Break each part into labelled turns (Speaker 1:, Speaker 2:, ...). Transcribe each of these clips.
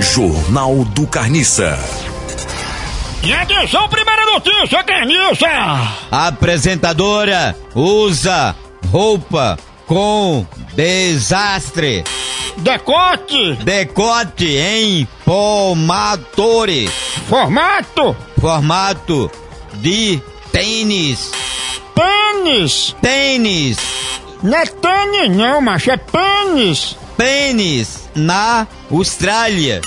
Speaker 1: Jornal do Carniça.
Speaker 2: E atenção, primeira notícia, Carniça!
Speaker 3: Apresentadora usa roupa com desastre.
Speaker 2: Decote,
Speaker 3: Decote em pomatore.
Speaker 2: formato,
Speaker 3: Formato de tênis.
Speaker 2: pênis.
Speaker 3: Tênis.
Speaker 2: Não é tênis não, macho, é pênis.
Speaker 3: Pênis na Austrália.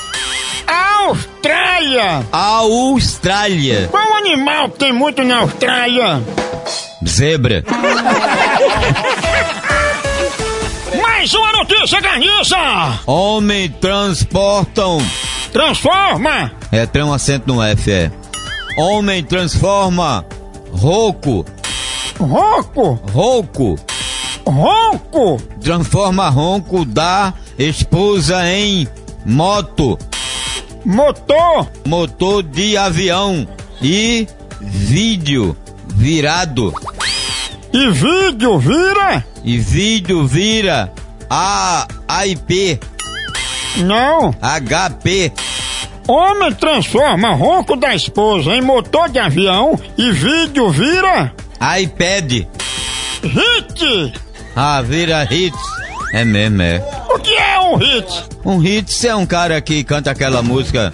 Speaker 2: Austrália!
Speaker 3: Austrália.
Speaker 2: Qual animal que tem muito na Austrália?
Speaker 3: Zebra.
Speaker 2: Mais uma notícia, Carniça!
Speaker 3: Homem transportam.
Speaker 2: Transforma!
Speaker 3: É, tem um acento no F, é. Homem transforma rouco.
Speaker 2: Ronco!
Speaker 3: Rouco.
Speaker 2: Ronco!
Speaker 3: Transforma ronco da esposa em moto.
Speaker 2: Motor!
Speaker 3: Motor de avião. E vídeo virado.
Speaker 2: E vídeo vira?
Speaker 3: E vídeo vira a IP.
Speaker 2: Não!
Speaker 3: HP.
Speaker 2: Homem transforma ronco da esposa em motor de avião e vídeo vira
Speaker 3: iPad.
Speaker 2: hit!
Speaker 3: Ah, vira hits. É mesmo, é.
Speaker 2: O que é um hit?
Speaker 3: Um hits é um cara que canta aquela música.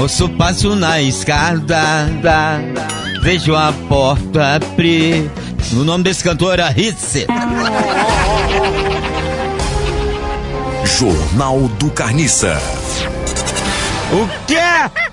Speaker 3: Ouço passo na escada, da, vejo a porta abrir. O nome desse cantor era Hits.
Speaker 1: Jornal do Carniça.
Speaker 3: O quê?